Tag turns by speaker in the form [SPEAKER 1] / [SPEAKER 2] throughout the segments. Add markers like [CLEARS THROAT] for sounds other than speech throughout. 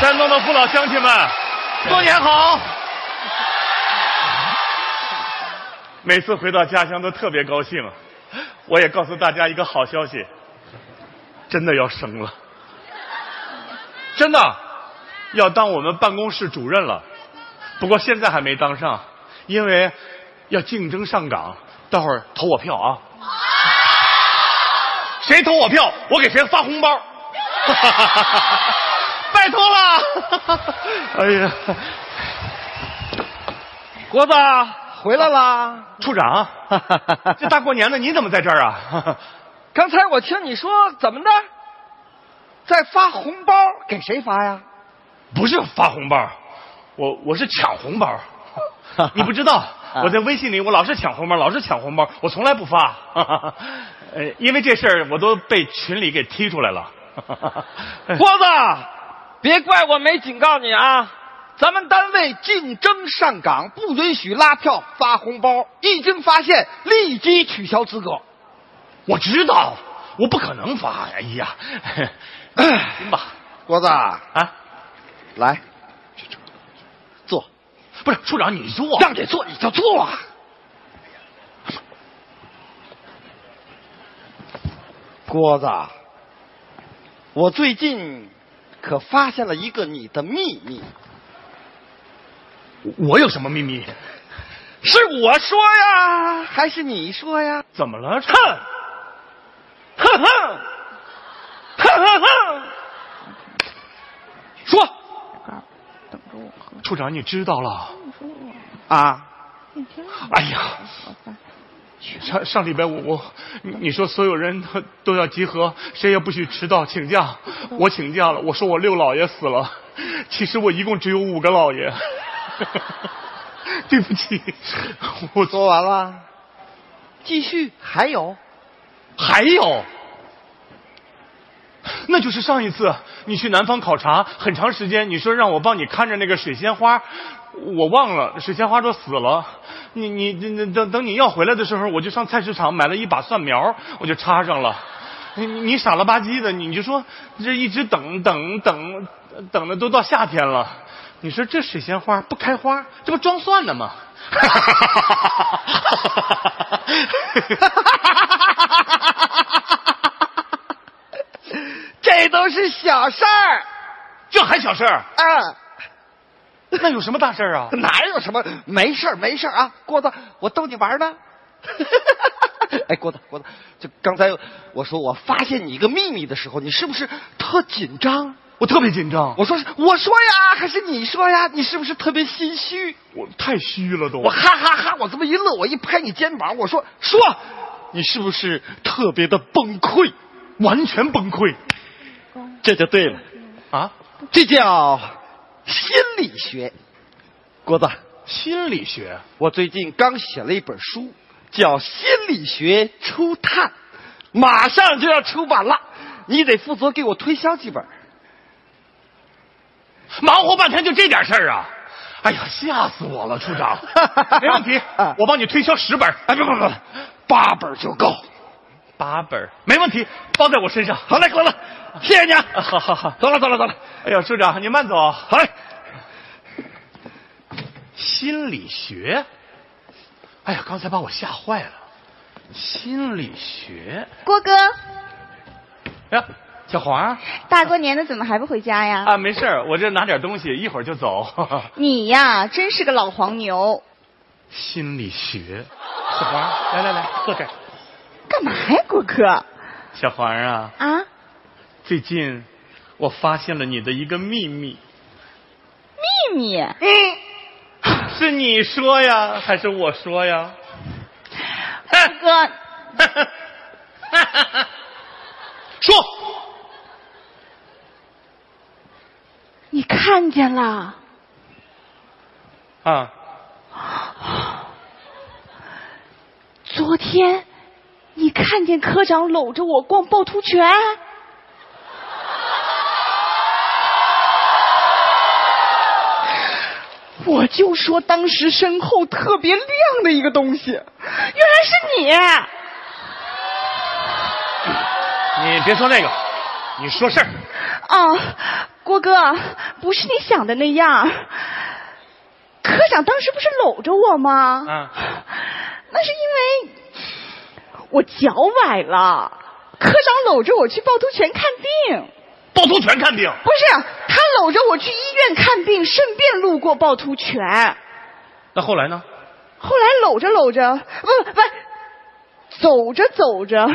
[SPEAKER 1] 山东的父老乡亲们，过年好！每次回到家乡都特别高兴。我也告诉大家一个好消息，真的要升了，真的要当我们办公室主任了。不过现在还没当上，因为要竞争上岗。待会儿投我票啊！谁投我票，我给谁发红 [LAUGHS] 包。拜托了！哎呀，国子
[SPEAKER 2] 啊回来啦！
[SPEAKER 1] 处 [LAUGHS] 长，啊这大过年的你怎么在这儿 [LAUGHS] 啊？
[SPEAKER 2] 刚才我听你说怎么的，在发红包，给谁发呀？
[SPEAKER 1] 不是发红包，我我是抢红 [LAUGHS] 包。你不知道，我在微信里我老是抢红包，老是抢红包，我从来不 [LAUGHS] 发。呃，因为这事儿我都被群里给踢出来 [LAUGHS] 了。
[SPEAKER 2] 郭子，别怪我没警告你啊！咱们单位竞争上岗，不允许拉票发红包，一经发现立即取消资格。
[SPEAKER 1] 我知道，我不可能发。哎呀， [LAUGHS] 行吧，
[SPEAKER 2] 郭子，
[SPEAKER 1] 啊，
[SPEAKER 2] 来，坐，
[SPEAKER 1] 不是处长你坐，
[SPEAKER 2] 让你坐你就坐啊！郭子，我最近可发现了一个你的秘密。
[SPEAKER 1] 我有什么秘密？
[SPEAKER 2] 是我说呀，还是你说呀？
[SPEAKER 1] 怎么了？
[SPEAKER 2] 哼，哼哼，哼哼哼，说
[SPEAKER 1] 处长，你知道了？
[SPEAKER 2] 啊，
[SPEAKER 1] 哎呀，上上礼拜我我你你说所有人都都要集合，谁也不许迟到，请假。我请假了，我说我六姥爷死了，其实我一共只有五个姥爷。 [LAUGHS] 对不起，我
[SPEAKER 2] 说完了，继续，还有，
[SPEAKER 1] 还有，那就是上一次你去南方考察，很长时间，你说让我帮你看着那个水仙花，我忘了，水仙花都死了。你你你等等你要回来的时候，我就上菜市场买了一把蒜苗，我就插上了。你你你傻了吧唧的，你就说这一直等等等等的都到夏天了，你说这水仙花不开花，这不装蒜呢吗？
[SPEAKER 2] 这都是小事儿。
[SPEAKER 1] 这还小事儿？
[SPEAKER 2] 啊，
[SPEAKER 1] 那有什么大事儿啊？
[SPEAKER 2] 哪有什么？没事儿，没事儿啊，郭子，我逗你玩儿呢。哎，郭子，郭子，就刚才我说我发现你一个秘密的时候，你是不是特紧张？
[SPEAKER 1] 我特别紧张，
[SPEAKER 2] 我说是我说呀，还是你说呀？你是不是特别心虚？
[SPEAKER 1] 我太虚了都。
[SPEAKER 2] 我哈哈哈我这么一乐，我一拍你肩膀，我说说，你是不是特别的崩溃？
[SPEAKER 1] 完全崩溃
[SPEAKER 2] 这就对了，
[SPEAKER 1] 啊！
[SPEAKER 2] 这叫心理学。郭子，
[SPEAKER 1] 心理学，
[SPEAKER 2] 我最近刚写了一本书，叫《心理学初探》，马上就要出版了，你得负责给我推销几本。。
[SPEAKER 1] 忙活半天就这点事儿啊！哎呀，吓死我了，处 [LAUGHS] 长没问题
[SPEAKER 2] 啊，
[SPEAKER 1] 我帮你推销十本。哎，不不不，
[SPEAKER 2] 八本就够。
[SPEAKER 1] 八本，没问题，包在我身上。
[SPEAKER 2] 好嘞，郭子，谢谢你啊！
[SPEAKER 1] 啊好好好
[SPEAKER 2] 走了，走了，走了。
[SPEAKER 1] 哎呦，处长，你慢走。
[SPEAKER 2] 好嘞，
[SPEAKER 1] 心理学，哎呀，刚才把我吓坏了。心理学，
[SPEAKER 3] 郭哥，
[SPEAKER 1] 哎呀，小黄
[SPEAKER 3] 大过年的怎么还不回家呀？
[SPEAKER 1] 啊，没事儿，我这拿点东西，一会儿就走。
[SPEAKER 3] 你呀，真是个老黄牛，
[SPEAKER 1] 心理学。小黄，来来来，坐这儿。
[SPEAKER 3] 干嘛呀，郭哥？
[SPEAKER 1] 小黄啊，
[SPEAKER 3] 啊，
[SPEAKER 1] 最近我发现了你的一个秘密，
[SPEAKER 3] 秘密，
[SPEAKER 1] [LAUGHS] 是你说呀，还是我说呀？
[SPEAKER 3] 郭哥，
[SPEAKER 1] [LAUGHS] 说，
[SPEAKER 3] 你看见了？
[SPEAKER 1] 啊，
[SPEAKER 3] 昨天你看见科长搂着我逛趵突泉？我就说当时身后特别亮的一个东西，原来是你。
[SPEAKER 1] 你别说那个，你说事儿。
[SPEAKER 3] 哦啊，郭哥，不是你想的那样。科长当时不是搂着我吗？
[SPEAKER 1] 嗯，
[SPEAKER 3] 那是因为我脚崴了，科长搂着我去趵突泉看病。
[SPEAKER 1] 趵突泉看病，
[SPEAKER 3] 不是，他搂着我去医院看病，顺便路过趵突泉。
[SPEAKER 1] 那后来呢？
[SPEAKER 3] 后来搂着搂着，不不，走着走着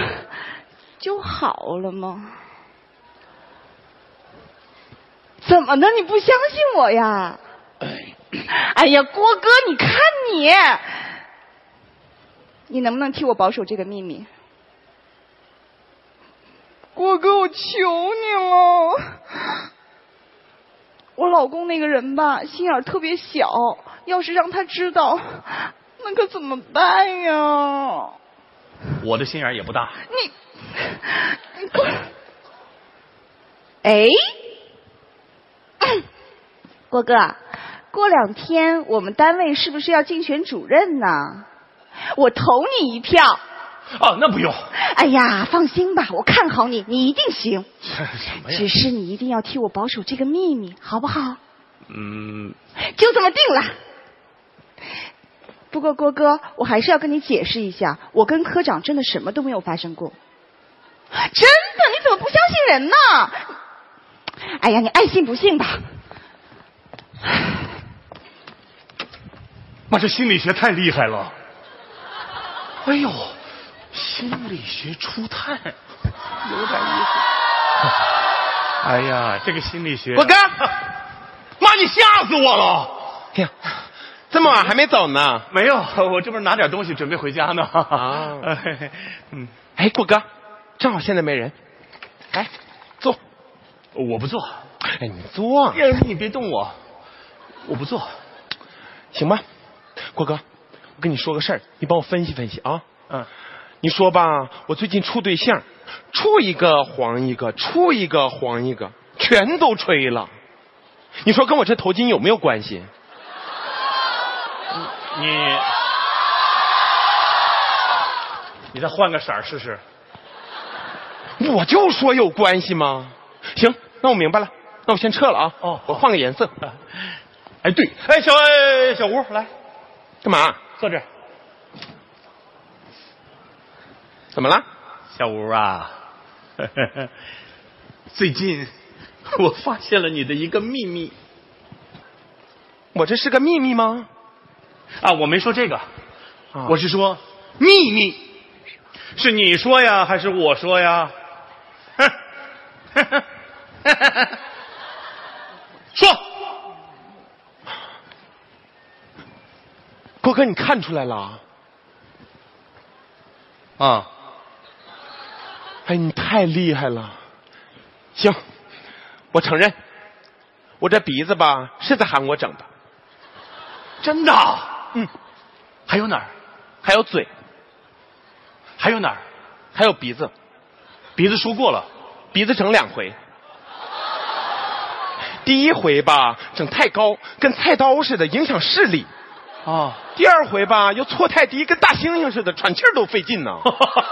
[SPEAKER 3] 就好了吗？怎么的？你不相信我呀？哎呀，郭哥，你看你，你能不能替我保守这个秘密？郭哥，我求你了。我老公那个人吧，心眼儿特别小，要是让他知道，那可怎么办呀？
[SPEAKER 1] 我的心眼儿也不大，
[SPEAKER 3] 你，你不，哎， [CLEARS THROAT] 郭哥，过两天我们单位是不是要竞选主任呢？我投你一票。
[SPEAKER 1] 啊，那不用。
[SPEAKER 3] 哎呀，放心吧，我看好你，你一定行。
[SPEAKER 1] 这 [LAUGHS] 什么
[SPEAKER 3] 只
[SPEAKER 1] 哎呀？
[SPEAKER 3] 是你一定要替我保守这个秘密，好不好？
[SPEAKER 1] 嗯，
[SPEAKER 3] 就这么定了。不过郭哥，我还是要跟你解释一下，我跟科长真的什么都没有发生过。真的？你怎么不相信人呢？哎呀，你爱信不信吧。
[SPEAKER 1] 妈，这心理学太厉害了。哎呦，心理学初探，有点意思。 [LAUGHS] 哎呀，这个心理学，
[SPEAKER 4] 我哥，
[SPEAKER 2] 妈，你吓死我了！哎呀，这么晚还没走呢？
[SPEAKER 1] 没有，我这不是拿点东西准备回家呢。
[SPEAKER 2] 啊
[SPEAKER 1] 哎，嗯，
[SPEAKER 2] 哎，郭哥，正好现在没人，来坐。
[SPEAKER 1] 我不做，
[SPEAKER 2] 哎，你坐
[SPEAKER 1] 叶儿你别动我，我不做。
[SPEAKER 2] 行吧？郭哥，我跟你说个事儿，你帮我分析分析啊。
[SPEAKER 1] 嗯，
[SPEAKER 2] 你说吧，我最近处对象，处一个黄一个，处一个黄一个，全都吹了。你说跟我这头巾有没有关系？
[SPEAKER 1] 你，你再换个色儿试试。
[SPEAKER 2] 我就说有关系吗？行，那我明白了，那我先撤了啊。
[SPEAKER 1] 哦
[SPEAKER 2] 我换个颜色。
[SPEAKER 1] 哎，对，哎，小哎小吴来
[SPEAKER 2] 干嘛？
[SPEAKER 1] 坐这儿。
[SPEAKER 2] 怎么了？
[SPEAKER 1] 小吴 [LAUGHS] 啊，最近 [LAUGHS] 我发现了你的一个秘密
[SPEAKER 2] 我这是个秘密吗？
[SPEAKER 1] 啊！我没说这个，
[SPEAKER 2] 啊
[SPEAKER 1] 我是说秘密，是你说呀，还是我说
[SPEAKER 2] [LAUGHS]
[SPEAKER 1] 呀？说，
[SPEAKER 2] 郭哥，你看出来了啊？
[SPEAKER 1] 啊，
[SPEAKER 2] 哎，你太厉害了。行，我承认，我这鼻子吧是在韩国整的，
[SPEAKER 1] 真的？
[SPEAKER 2] 嗯，
[SPEAKER 1] 还有哪儿？
[SPEAKER 2] 还有嘴，
[SPEAKER 1] 还有哪儿？
[SPEAKER 2] 还有鼻子，
[SPEAKER 1] 鼻子说过了，
[SPEAKER 2] 鼻子整两回。第一回吧，整太高，跟菜刀似的，影响视力；
[SPEAKER 1] 啊，
[SPEAKER 2] 第二回吧，又错太低，跟大 [LAUGHS] 猩猩似的，喘气儿都费劲呢。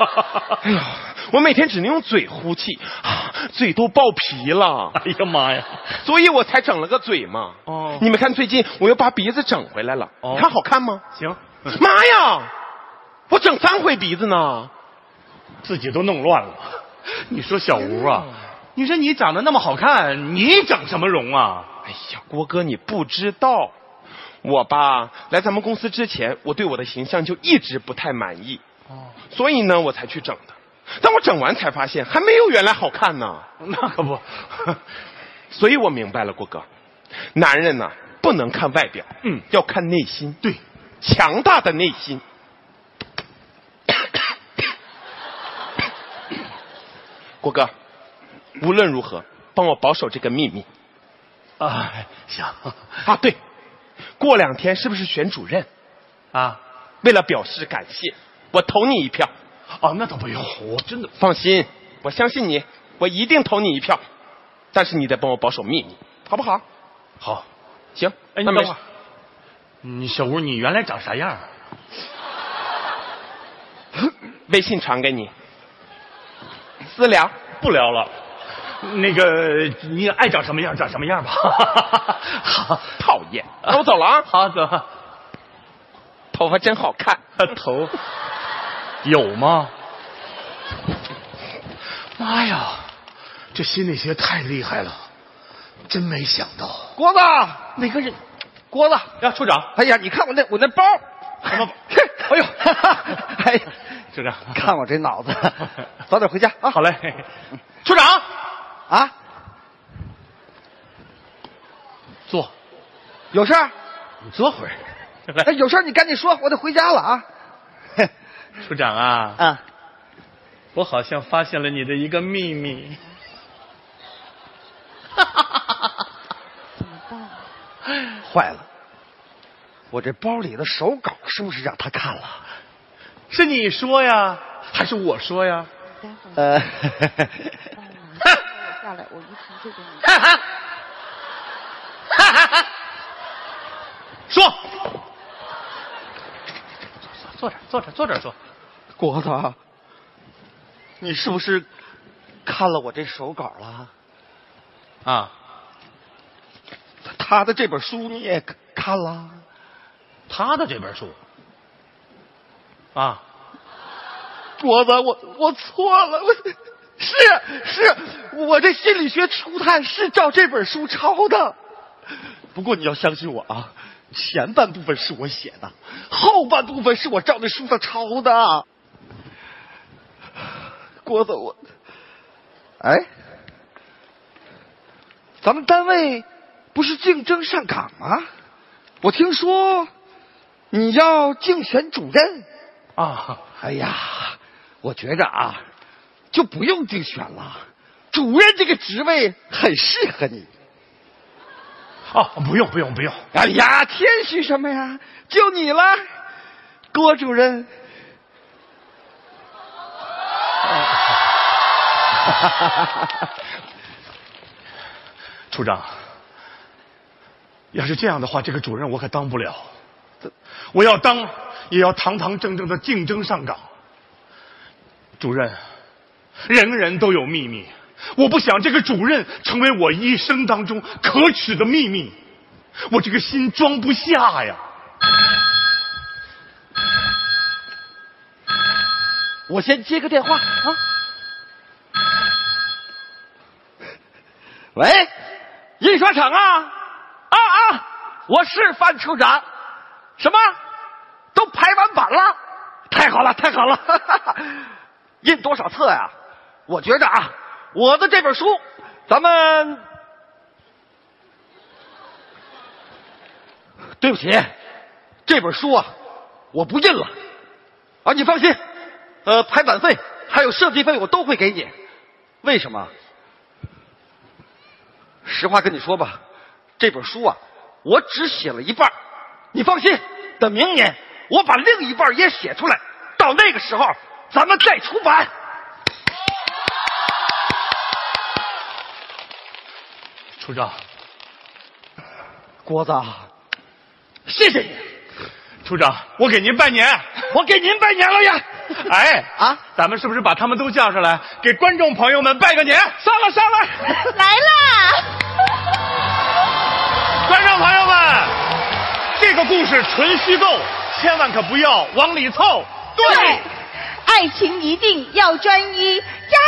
[SPEAKER 1] [LAUGHS]
[SPEAKER 2] 哎呀， [LAUGHS] 我每天只能用嘴呼气，啊、嘴都爆皮
[SPEAKER 1] [LAUGHS]
[SPEAKER 2] 了。
[SPEAKER 1] 哎呀妈呀！
[SPEAKER 2] 所以我才整了个嘴嘛。
[SPEAKER 1] 哦
[SPEAKER 2] 你们看，最近我又把鼻子整回来了，
[SPEAKER 1] 哦嗯
[SPEAKER 2] 你看好看吗？
[SPEAKER 1] 行，
[SPEAKER 2] 妈呀，我整三回鼻子呢！
[SPEAKER 1] 自己都弄乱了。你说小吴啊，你说你长得那么好看，你整什么容啊？
[SPEAKER 2] 哎呀，郭哥，你不知道，我吧来咱们公司之前，我对我的形象就一直不太满意，
[SPEAKER 1] 哦，
[SPEAKER 2] 所以呢，我才去整的。但我整完才发现，还没有原来好看呢。
[SPEAKER 1] [LAUGHS] 那可不，
[SPEAKER 2] [LAUGHS] 所以我明白了，郭哥，男人呐、不能看外表，
[SPEAKER 1] 嗯
[SPEAKER 2] 要看内心，
[SPEAKER 1] 对，
[SPEAKER 2] 强大的内
[SPEAKER 1] [COUGHS]
[SPEAKER 2] 心。郭哥，无论如何，帮我保守这个秘密
[SPEAKER 1] 啊，行
[SPEAKER 2] 啊！对，过两天是不是选主任？
[SPEAKER 1] 啊，
[SPEAKER 2] 为了表示感谢，我投你一票。
[SPEAKER 1] 哦，那倒不用，我真的
[SPEAKER 2] 放心，我相信你，我一定投你一票。但是你得帮我保守秘密，好不好？
[SPEAKER 1] 好。
[SPEAKER 2] 行，
[SPEAKER 1] 哎，你
[SPEAKER 2] 那
[SPEAKER 1] 等
[SPEAKER 2] 没
[SPEAKER 1] 会
[SPEAKER 2] 事
[SPEAKER 1] 儿，你小吴，你原来长啥样啊？
[SPEAKER 2] [CLEARS THROAT] 微信传给你，私聊。
[SPEAKER 1] 不聊了，那个你爱长什么样长什么样吧。好，
[SPEAKER 5] 讨厌。那我走了啊，
[SPEAKER 1] [LAUGHS] 好的，
[SPEAKER 5] 头发真好看。
[SPEAKER 1] [LAUGHS] 头有吗？妈呀，这心理学太厉害了，真没想到。
[SPEAKER 2] 郭子，哪个人？郭子，
[SPEAKER 1] 呀，处长，
[SPEAKER 2] 哎呀，你看我那我那包，
[SPEAKER 1] 什么
[SPEAKER 2] [LAUGHS]
[SPEAKER 1] 包 [LAUGHS]
[SPEAKER 2] 哎呦，哎呀，
[SPEAKER 1] 处长，
[SPEAKER 2] 看我这脑
[SPEAKER 1] [LAUGHS]
[SPEAKER 2] 子，早点回家啊！
[SPEAKER 1] 好嘞，
[SPEAKER 2] [LAUGHS]
[SPEAKER 1] 处长，
[SPEAKER 2] 啊，
[SPEAKER 1] 坐，
[SPEAKER 2] 有
[SPEAKER 1] [LAUGHS]
[SPEAKER 2] 事儿，
[SPEAKER 1] 你坐会儿。 [LAUGHS]
[SPEAKER 2] 哎，有事儿你赶紧说，我得回家了啊！
[SPEAKER 1] 处长啊，
[SPEAKER 2] [LAUGHS] 啊，
[SPEAKER 1] 我好像发现了你的一个秘
[SPEAKER 2] [LAUGHS]
[SPEAKER 1] 密。
[SPEAKER 2] 坏了，我这包里的手稿是不是让他看了？
[SPEAKER 1] 是你说呀，还是我说呀？ [LAUGHS]
[SPEAKER 3] 待会儿
[SPEAKER 2] 呃，
[SPEAKER 3] 下来，我一直就给你。
[SPEAKER 1] 哈哈，哈哈哈，说，坐这儿，坐这儿，坐这儿说。
[SPEAKER 2] [LAUGHS] 郭子，你是不是看了我这手稿了？
[SPEAKER 1] 啊，
[SPEAKER 2] 他的这本书你也看了？
[SPEAKER 1] 他的这本书。啊，
[SPEAKER 2] 郭子，我我错了，我是是，我这心理学初探是照这本书抄的。不过你要相信我啊，前半部分是我写的，后半部分是我照那书上抄的。郭子，我，哎，咱们单位不是竞争上岗吗？我听说你要竞选主任。
[SPEAKER 1] 啊，
[SPEAKER 2] 哎呀，我觉着啊，就不用竞选了，主任这个职位很适合你。
[SPEAKER 1] 哦，不用，不用，不用。
[SPEAKER 2] 哎呀，谦虚什么呀？就你了，郭主任。
[SPEAKER 1] 处长，要是这样的话，这个主任我可当不了。我要当，也要堂堂正正的竞争上岗。主任，人人都有秘密，我不想这个主任成为我一生当中可耻的秘密，我这个心装不下呀。
[SPEAKER 2] 我先接个电话啊。喂，印刷厂啊啊啊！我是范处长。什么？都排完版了？太好了，太好了！ [LAUGHS] 印多少册呀、我觉着啊，我的这本书，咱们对不起，这本书啊，我不印了。啊，你放心，呃，排版费还有设计费我都会给你。为什么？实话跟你说吧，这本书啊，我只写了一半儿。你放心，等明年我把另一半儿也写出来，到那个时候咱们再出版。
[SPEAKER 1] 处长，
[SPEAKER 2] 郭子，啊谢谢你，
[SPEAKER 1] 处长，我给您拜年。啊
[SPEAKER 2] 我给您拜年了呀！
[SPEAKER 1] 哎
[SPEAKER 2] 啊，
[SPEAKER 1] 咱们是不是把他们都叫上来，给观众朋友们拜个年？
[SPEAKER 2] 上了上了，
[SPEAKER 3] 来啦！
[SPEAKER 1] 观众朋友们，这个故事纯虚构，千万可不要往里凑。
[SPEAKER 3] 对，爱情一定要专一，家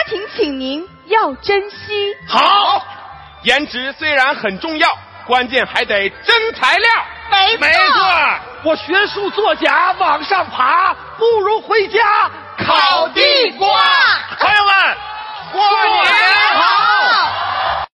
[SPEAKER 3] 庭请您要珍惜。
[SPEAKER 5] 好，颜值虽然很重要，关键还得真材料。
[SPEAKER 3] 没错
[SPEAKER 5] 没错。
[SPEAKER 2] 我学术作家往上爬，不如回家烤地瓜。